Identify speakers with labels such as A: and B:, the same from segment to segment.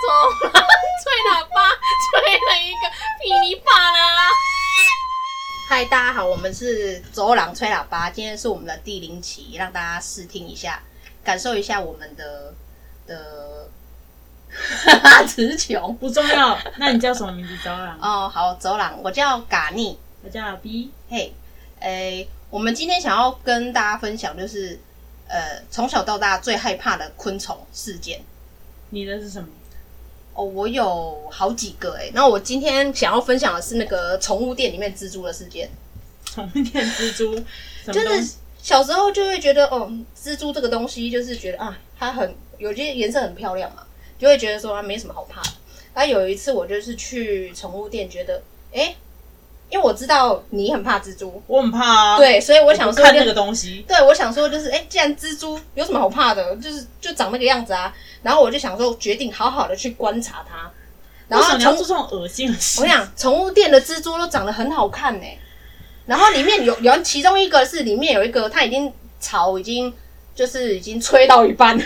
A: 嗨，大家好，我们是走廊吹喇叭，今天是我们的第零期，让大家试听一下，感受一下我们的的 词穷。
B: 不重要。那你叫什么名字？招郎，
A: 哦，好，走廊，我叫嘎尼，
B: 我叫 B。
A: 嘿，诶，我们今天想要跟大家分享就是，呃，从小到大最害怕的昆虫事件。
B: 你的是什么？
A: 哦，我有好几个诶，那我今天想要分享的是那个宠物店里面蜘蛛的事件。
B: 宠物店蜘蛛？什么
A: 就
B: 嗯东
A: 是
B: 西
A: 小时候就会觉得，哦，蜘蛛这个东西就是觉得啊，它很有些颜色很漂亮嘛，就会觉得说它没什么好怕的。然后有一次我就是去宠物店，觉得，哎、因为我知道你很怕蜘蛛，
B: 我很怕啊。，
A: 对，所以我想
B: 不
A: 说
B: 看
A: 就
B: 那个东西。
A: 对，我想说就是，哎、既然蜘蛛有什么好怕的，就是就长那个样子啊。然后我就想说，决定好好的去观察它。然
B: 为什
A: 后
B: 么你要
A: 从
B: 做这种恶心的事
A: 我？想，宠物店的蜘蛛都长得很好看呢、然后里面有有其中一个是里面有一个，它已经草已经就是已经吹到一 半，
B: 哦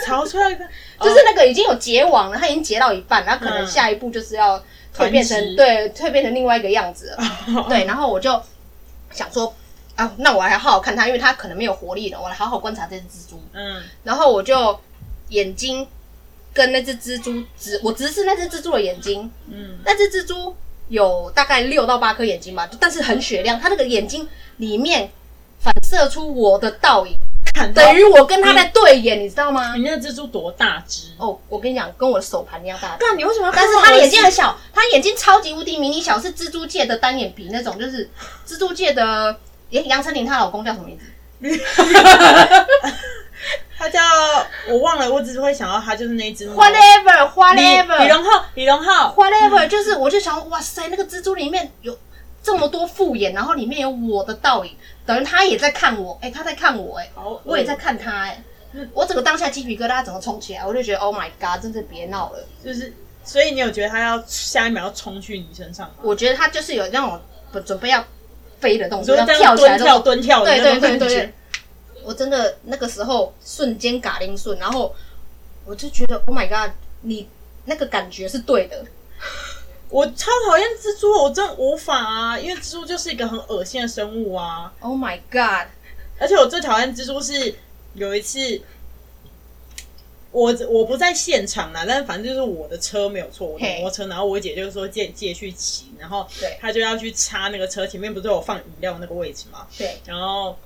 A: 就
B: 潮出来一个，
A: 是那个已经有结网了，它已经结到一半，然后可能
B: 嗯
A: 下一步就是要蜕变成、
B: 繁殖哦
A: 对蜕变成另外一个样子了。对，然后我就想说，啊，那我还好好看它，因为它可能没有活力了，我来好好观察这只蜘蛛。
B: 嗯，
A: 然后我就眼睛跟那只蜘蛛直，我直视那只蜘蛛的眼睛，
B: 嗯，
A: 那只蜘蛛有大概六到八颗眼睛吧，但是很雪亮，它那个眼睛里面反射出我的倒影，
B: 看到
A: 等于我跟它在对眼，你知道吗？
B: 你那蜘蛛多大只？
A: 哦，我跟你讲，跟我的手盘一样大。
B: 干，你为什么要
A: 但
B: 看
A: 是
B: 那么恶
A: 它
B: 心？
A: 的眼睛很小，它眼睛超级无敌迷你小，是蜘蛛界的单眼皮那种，就是蜘蛛界的。诶杨丞琳她老公叫什么名字？
B: 它叫我忘了，我只是会想到它就是那一只猫。李李
A: whatever，whatever，whatever，
B: 荣浩，李荣浩，
A: whatever，就是我就想，哇塞，那个蜘蛛里面有这么多复眼，然后里面有我的倒影，等于他也在看我，哎、他在看我、哎，
B: 好恶
A: 我也在看他、哎、我整个当下鸡皮疙瘩整个冲起来，我就觉得 Oh my God，真是别闹了。
B: 就是，所以你有觉得它要下一秒要冲去你身上吗？
A: 我觉得他就是有那种准备要飞的动
B: 你
A: 作，
B: 说
A: 要
B: 这
A: 跳
B: 样
A: 起来
B: 蹲
A: 的
B: 跳
A: 动作。
B: 蹲跳的
A: 对
B: 那
A: 对
B: 种
A: 对
B: 感
A: 对
B: 觉
A: 对。，我真的那个时候瞬间嘎铃顺，然后我就觉得 Oh my God，你那个感觉是对的。
B: 我超讨厌蜘蛛，我真的无法啊，因为蜘蛛就是一个很恶心的生物啊。
A: Oh my God，
B: 而且我最讨厌蜘蛛是有一次，我我不在现场啦，但是反正就是我的车没有错，我的
A: 嘿
B: 摩托车，然后我姐就说借借去骑，然后
A: 对
B: 她就要去插那个车前面不是有放饮料那个位置嘛，
A: 对，
B: 然后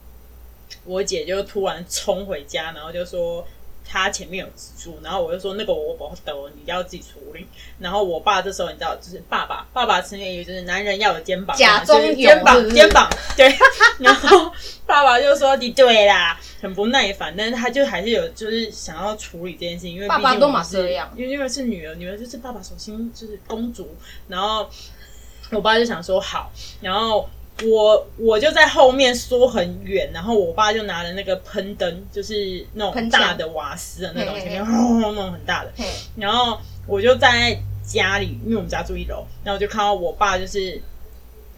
B: 我姐就突然冲回家，然后就说她前面有蜘蛛，然后我就说那个我不得，你要自己处理。然后我爸这时候你知道，就是爸爸，爸爸成员也就是男人要有肩膀，
A: 假
B: 就是
A: 中有
B: 肩
A: 是不
B: 膀
A: 是
B: 肩膀，对。 然后爸爸就说你对啦，很不耐烦，但是他就还是有就是想要处理这件事情，因为
A: 爸
B: 毕
A: 爸
B: 竟
A: 都
B: 我们
A: 嘛
B: 是
A: 这样
B: 因为因为是女儿，女儿就是爸爸手心就是公主，然后我爸就想说好，然后我我就在后面缩很远，然后我爸就拿了那个喷灯，就是那
A: 喷
B: 种
A: 枪
B: 大的瓦斯的那种，
A: 嘿嘿
B: 前
A: 嘿
B: 面轰轰那种很大的，
A: 嘿，
B: 然后我就站在家里，因为我们家住一楼，然后我就看到我爸就是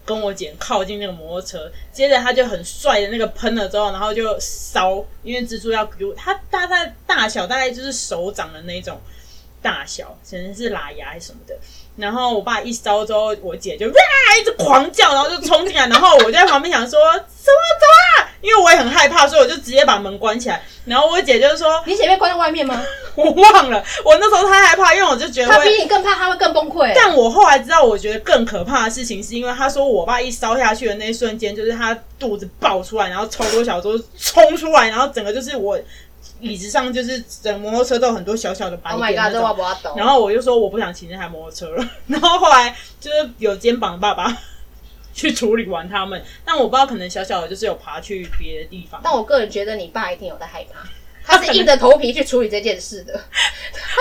B: 跟我姐靠近那个摩托车，接着他就很帅的那个喷了之后，然后就烧，因为蜘蛛要给我，它大概大小大概就是手掌的那种大小，可能是喇牙还是什么的。然后我爸一烧之后，我姐就哇一直狂叫，然后就冲进来，然后我就在旁边想说什么怎么啊？因为我也很害怕，所以我就直接把门关起来。然后我姐就说
A: 你姐妹关在外面 吗？
B: 我忘了，我那时候太害怕，因为我就觉得
A: 他
B: 会
A: 比你更怕，他会更崩溃。
B: 但我后来知道，我觉得更可怕的事情是因为他说我爸一烧下去的那一瞬间，就是他肚子爆出来，然后超多小猪冲出来，然后整个就是我椅子上就是整摩托车都有很多小小的白
A: Oh my
B: 点那
A: god，这
B: 种。
A: 我不要懂。
B: 然后我就说我不想骑那台摩托车了。然后后来就是有肩膀的爸爸去处理完他们，但我不知道可能小小的就是有爬去别的地方。
A: 但我个人觉得你爸一定有在害怕，他是硬着头皮去处理这件事的。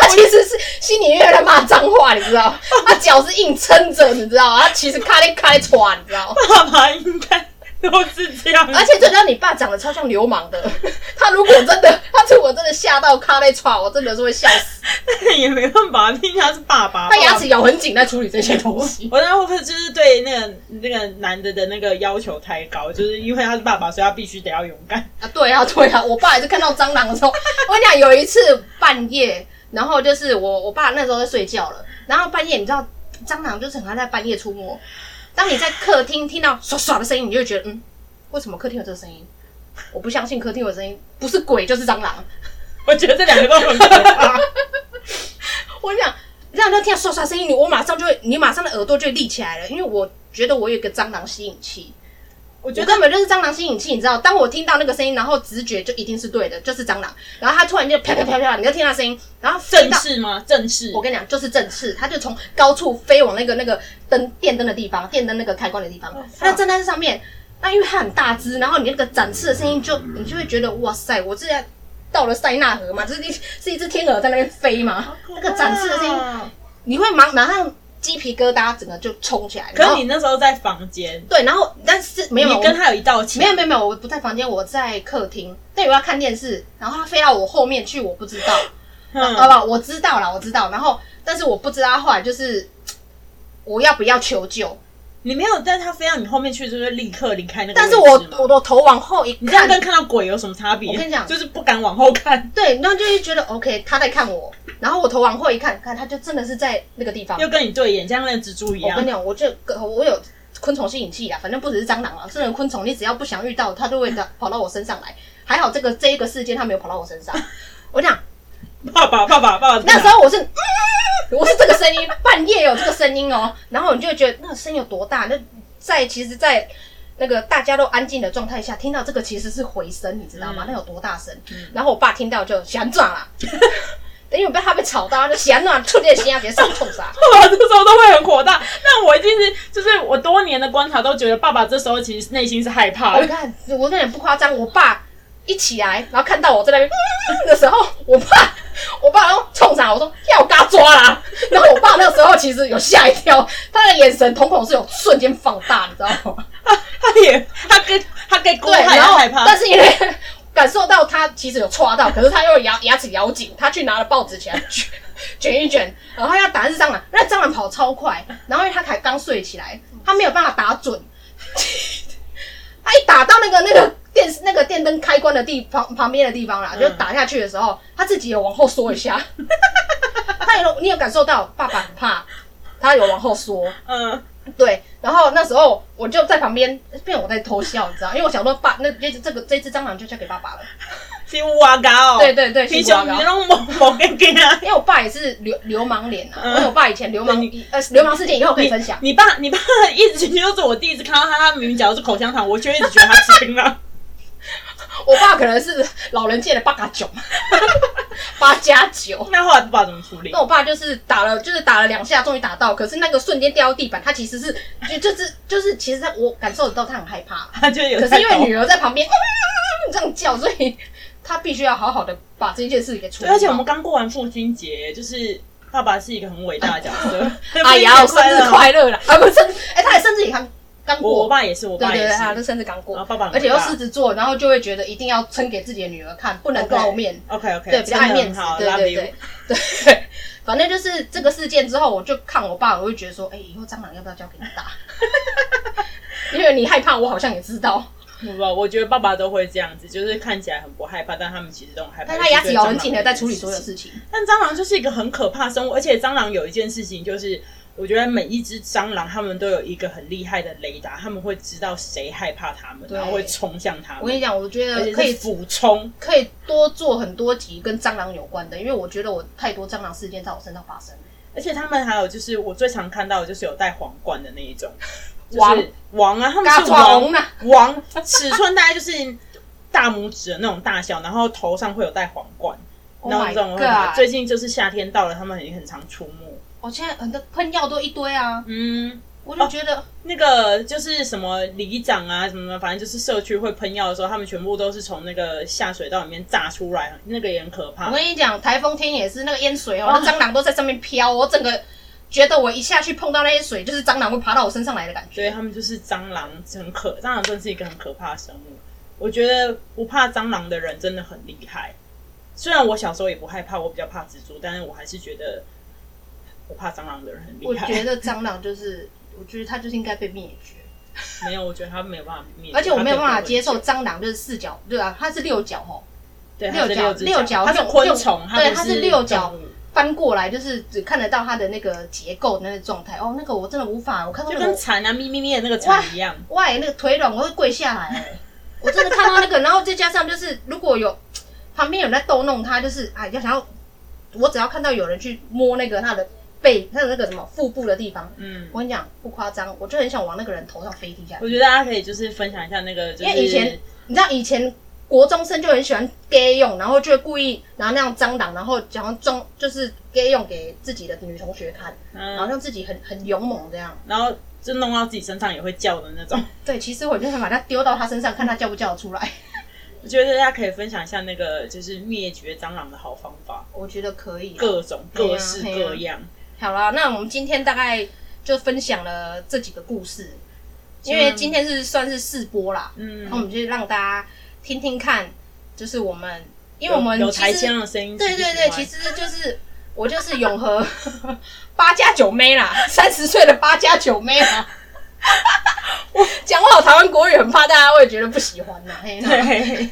A: 他其实是心里面在骂脏话，你知道？他脚是硬撑着，你知道？他其实咔咧咔咧喘，你知道？
B: 爸爸应该都是这样，
A: 而且最重要，你爸长得超像流氓的。他如果真的，他如果真的吓到咔咧喘，我真的是会笑死。
B: 也没办法，毕竟他是爸爸。
A: 他
B: 爸
A: 牙
B: 爸
A: 齿咬很紧，在处理这些东西。
B: 我那会不会就是对那个那个男的的那个要求太高？就是因为他是爸爸，所以他必须得要勇敢。
A: 啊，对啊， 对啊，我爸也是看到蟑螂的时候， 我跟你讲，有一次半夜，然后就是我我爸那时候在睡觉了，然后半夜你知道蟑螂就是很爱在半夜出没，当你在客厅听到 唰唰的声音，你就会觉得，嗯，为什么客厅有这个声音？我不相信客厅有声音，不是鬼就是蟑螂。
B: 我觉得这两个都很可怕。
A: 我跟你讲，让他听到唰唰声音，你我马上就会，你马上的耳朵就会立起来了，因为我觉得我有一个蟑螂吸引器，
B: 我觉
A: 我
B: 得
A: 根本就是蟑螂吸引器，你知道？当我听到那个声音，然后直觉就一定是对的，就是蟑螂。然后它突然就啪啪啪啪，你就听到声音，然后飞
B: 正
A: 到。
B: 式吗？正式
A: 我。跟你讲，就是振翅，它就从高处飞往那个那个灯电灯的地方，电灯那个开关的地方
B: 哇，
A: 它就站在上面。那因为它很大只，然后你那个展翅的声音就，你就会觉得哇塞，我这要到了塞纳河嘛，这是一是一只天鹅在那边飞嘛，
B: 啊
A: 那个展翅的声音，
B: 音。
A: 你会马马上鸡皮疙瘩整个就冲起来。
B: 可
A: 然
B: 是
A: 后
B: 你那时候在房间，
A: 对，然后但是没有
B: 你
A: 我
B: 跟他有一道
A: 没
B: 墙，
A: 有没有没有，我不在房间，我在客厅。但有要看电视，然后它飞到我后面去，我不知道。好
B: 嗯，
A: 不好？我知道了，我知道。然后，但是我不知道后来就是我要不要求救。
B: 你没有，但是他飞到你后面去，就是立刻离开那个
A: 但
B: 位置
A: 是我
B: 嘛
A: 我的头往后一
B: 你这样
A: 看，
B: 跟看到鬼有什么差别？
A: 我跟你讲
B: 就是不敢往后看，
A: 对，然后就会觉得 OK，他在看我。然后我头往后一看，看他就真的是在那个地方。
B: 又跟你对眼，像那个蜘蛛一
A: 我
B: 样
A: 跟你。讲，我就我有昆虫吸引器啊，反正不只是蟑螂啊，这种昆虫你只要不想遇到，它就会跑到我身上来。还好这个这一个事件它没有跑到我身上。我讲
B: 爸爸，爸爸，爸爸。
A: 那时候我是，嗯我是这个声音，半夜有这个声音哦，然后你就会觉得那个声音有多大？那在其实，在那个大家都安静的状态下，听到这个其实是回声，你知道吗？
B: 嗯
A: 那有多大声？
B: 嗯
A: 然后我爸听到就 想转啦，因为我被他被吵到，他就想转，突然心啊，别上冲啥？
B: 爸爸 这时候都会很火大。那我一定是，就是我多年的观察都觉得，爸爸这时候其实内心是害怕
A: 我就
B: 的。
A: 看，我那点不夸张，我爸一起来，然后看到我在那边、嗯、的时候，我爸，我爸然后冲上来，我说要嘎抓啦。然后我爸那时候其实有吓一跳，他的眼神瞳孔是有瞬间放大，你知道吗？
B: 他 他也，他跟他跟郭
A: 对，
B: 海
A: 然
B: 也
A: 后
B: 害怕。
A: 但是因为感受到他其实有戳到，可是他又牙牙齿咬紧，他去拿了报纸起 来卷卷一卷，然后他要打的是蟑螂，那蟑螂跑超快，然后因为他才刚睡起来，他没有办法打准， 他一打到那个那个。电那个电灯开关的地旁旁边的地方啦，
B: 嗯
A: 就打下去的时候，他自己有往后缩一下， 他有你有感受到爸爸很怕，他有往后缩，
B: 嗯，
A: 对，然后那时候我就在旁边，变我在偷笑，你知道，因为我想说爸，那这这个这只蟑螂就交给爸爸了。
B: 金蛙高。
A: 对对对，
B: 哦平
A: 西瓜
B: 常
A: 糕
B: 你弄某某给给啊。
A: 因为我爸也是流流氓脸啊，
B: 嗯
A: 因为我爸以前流氓
B: 对
A: 呃流氓事件以后可以
B: 你
A: 分享。
B: 你爸， 你爸一直就是我第一次看到他，他明明嚼的是口香糖，我却一直觉得他吃槟榔。
A: 我爸可能是老人界的八嘎囧， 八加九。
B: 那后来爸爸怎么处理
A: 那？我爸就是打了，就是打了两下，终于打到，可是那个瞬间掉到地板，他其实是就就是就是，其实他我感受得到他很害怕，
B: 他就有
A: 可
B: 在
A: 是因为
B: 抖
A: 女啊儿在旁边、嗯、这样叫，所以他必须要好好的把这件事给处
B: 对
A: 理。
B: 而且我们刚过完父亲节，就是爸爸是一个很伟大的角色。
A: 哎呀，我生日
B: 乐！
A: 快乐啦！啊，不是，哎、他也生日也刚刚
B: 我我
A: 过，
B: 爸也是，我
A: 对
B: 爸
A: 对
B: 也
A: 对，啊
B: 是。
A: 他的生日刚过
B: 然后，爸爸很伟大，
A: 而且又狮子座，然后就会觉得一定要撑给自己的女儿看，不能露面，
B: OK OK，
A: 对，比较爱面子，对对对对。反正就是这个事件之后，我就看我爸，我会觉得说，哎、以后蟑螂要不要交给你打？ 因为你害怕，我好像也知 道，
B: 不，嗯我觉得爸爸都会这样子，就是看起来很不害怕，但他们其实都很害怕。
A: 但他牙齿咬很紧的在
B: 就是
A: 处理所
B: 对蟑螂
A: 有
B: 的事
A: 事
B: 情。
A: 情。
B: 但蟑螂就是一个很可怕的生物，而且蟑螂有一件事情就是，我觉得每一只蟑螂它们都有一个很厉害的雷达，他们会知道谁害怕它们，
A: 对
B: 然后会冲向它
A: 我跟
B: 们，
A: 你讲，我觉
B: 而
A: 得
B: 且
A: 可
B: 是
A: 以
B: 俯冲。
A: 可以多做很多集跟蟑螂有关的，因为我觉得我太多蟑螂事件在我身上发生了。
B: 而且他们还有就是，我最常看到的就是有戴皇冠的那一 种，
A: 王
B: 就是王啊，他们
A: 嘎
B: 是
A: 抓
B: 王
A: 红啊！
B: 王尺寸大概就是大拇指的那种大小，然后头上会有戴皇冠，
A: Oh
B: 然后
A: my
B: 这种会拿
A: god
B: 最近就是夏天到了，他们很很常出没。
A: 我现在很多喷药都一堆啊，
B: 嗯，
A: 我就觉得
B: 那个就是什么里长啊什么的，反正就是社区会喷药的时候，他们全部都是从那个下水道里面炸出来，那个也很可
A: 我
B: 怕。
A: 跟你讲，台风天也是那个淹水哦，
B: 啊
A: 那蟑螂都在上面飘，我整个觉得我一下去碰到那些水，就是蟑螂会爬到我身上来的感
B: 所以
A: 觉。
B: 他们就是蟑螂，很可蟑螂真的是一个很可怕的生物。我觉得不怕蟑螂的人真的很厉害。虽然我小时候也不害怕，我比较怕蜘蛛，但是我还是觉得不怕蟑螂的人很
A: 我
B: 厉害。
A: 觉得蟑螂就是，我觉得它就是应该被灭绝，
B: 没有，我觉得他没有办法灭，
A: 而且我没有办法
B: 他可以
A: 接受蟑螂就是四脚，对啊，它是六脚哦，
B: 对
A: 六
B: 它是
A: 角
B: 只
A: 六角
B: 它是
A: 六
B: 昆虫，
A: 对它
B: 它不
A: 是六角
B: 动物
A: 翻过来，就是只看得到它的那个结构那个状态。哦，那个我真的无法，我看到
B: 就
A: 那
B: 跟
A: 个
B: 蝉啊咪咪咪的那个蝉一样，
A: 外那个腿软，我会跪下来、 我真的看到那个，然后再加上就是如果有旁边有人在逗弄它，就是啊，要想要我只要看到有人去摸那个它的背，它的那个什么腹部的地方，
B: 嗯，
A: 我跟你讲不夸张，我就很想往那个人头上飞踢下去。
B: 我觉得大家可以就是分享一下那个，就
A: 因为以前
B: 是
A: 你知道以前国中生就很喜欢 gay 用，然后就会故意拿那样蟑螂，然后想要装就是 gay 用给自己的女同学看，好
B: 嗯，
A: 像自己很很勇猛这样。
B: 然后就弄到自己身上也会叫的那种。
A: 对，其实我就想把它丢到他身上，看他叫不叫得出来。
B: 我觉得大家可以分享一下那个就是灭绝蟑螂的好方法，
A: 我觉得可以啊、
B: 各种
A: 对啊
B: 各式
A: 对啊
B: 各样。
A: 好啦，那我们今天大概就分享了这几个故事，因为今天是算是试播啦，那、我
B: 嗯，
A: 们就让大家听听看，就是我们，因为我们
B: 有有
A: 其
B: 台
A: 实
B: 腔的声音，
A: 对对对，其
B: 实
A: 实就是我就是永和 八加九妹啦，三十岁的八加九妹 啦。我讲好台湾国语，很怕大家会觉得不喜欢呐。嘿
B: 对，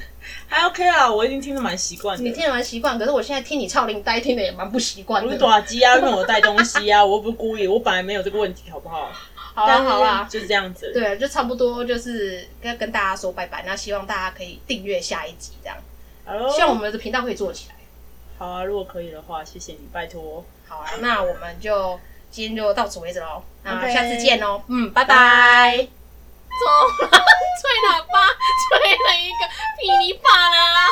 B: 还 OK 啦，我已经听得蛮习惯
A: 你
B: 的。
A: 听得蛮习惯，可是我现在听你操铃呆，听的也蛮不习惯
B: 我是
A: 的。
B: 短机啊，问我带东西啊，我 又不是故意，我本来没有这个问题，好不好？
A: 好啦好啊啦，
B: 就是这样子。
A: 对，就差不多就是要跟大家说拜拜。那希望大家可以订阅下一集，这样
B: 好咯
A: 希望我们的频道可以做起来。
B: 好啊，如果可以的话，谢谢你，拜托，
A: 好啦，那我们就今天就到此为止喽。那
B: OK
A: 下次见喽，嗯，拜 拜。 走廊吹喇叭，吹了一个噼里啪啦。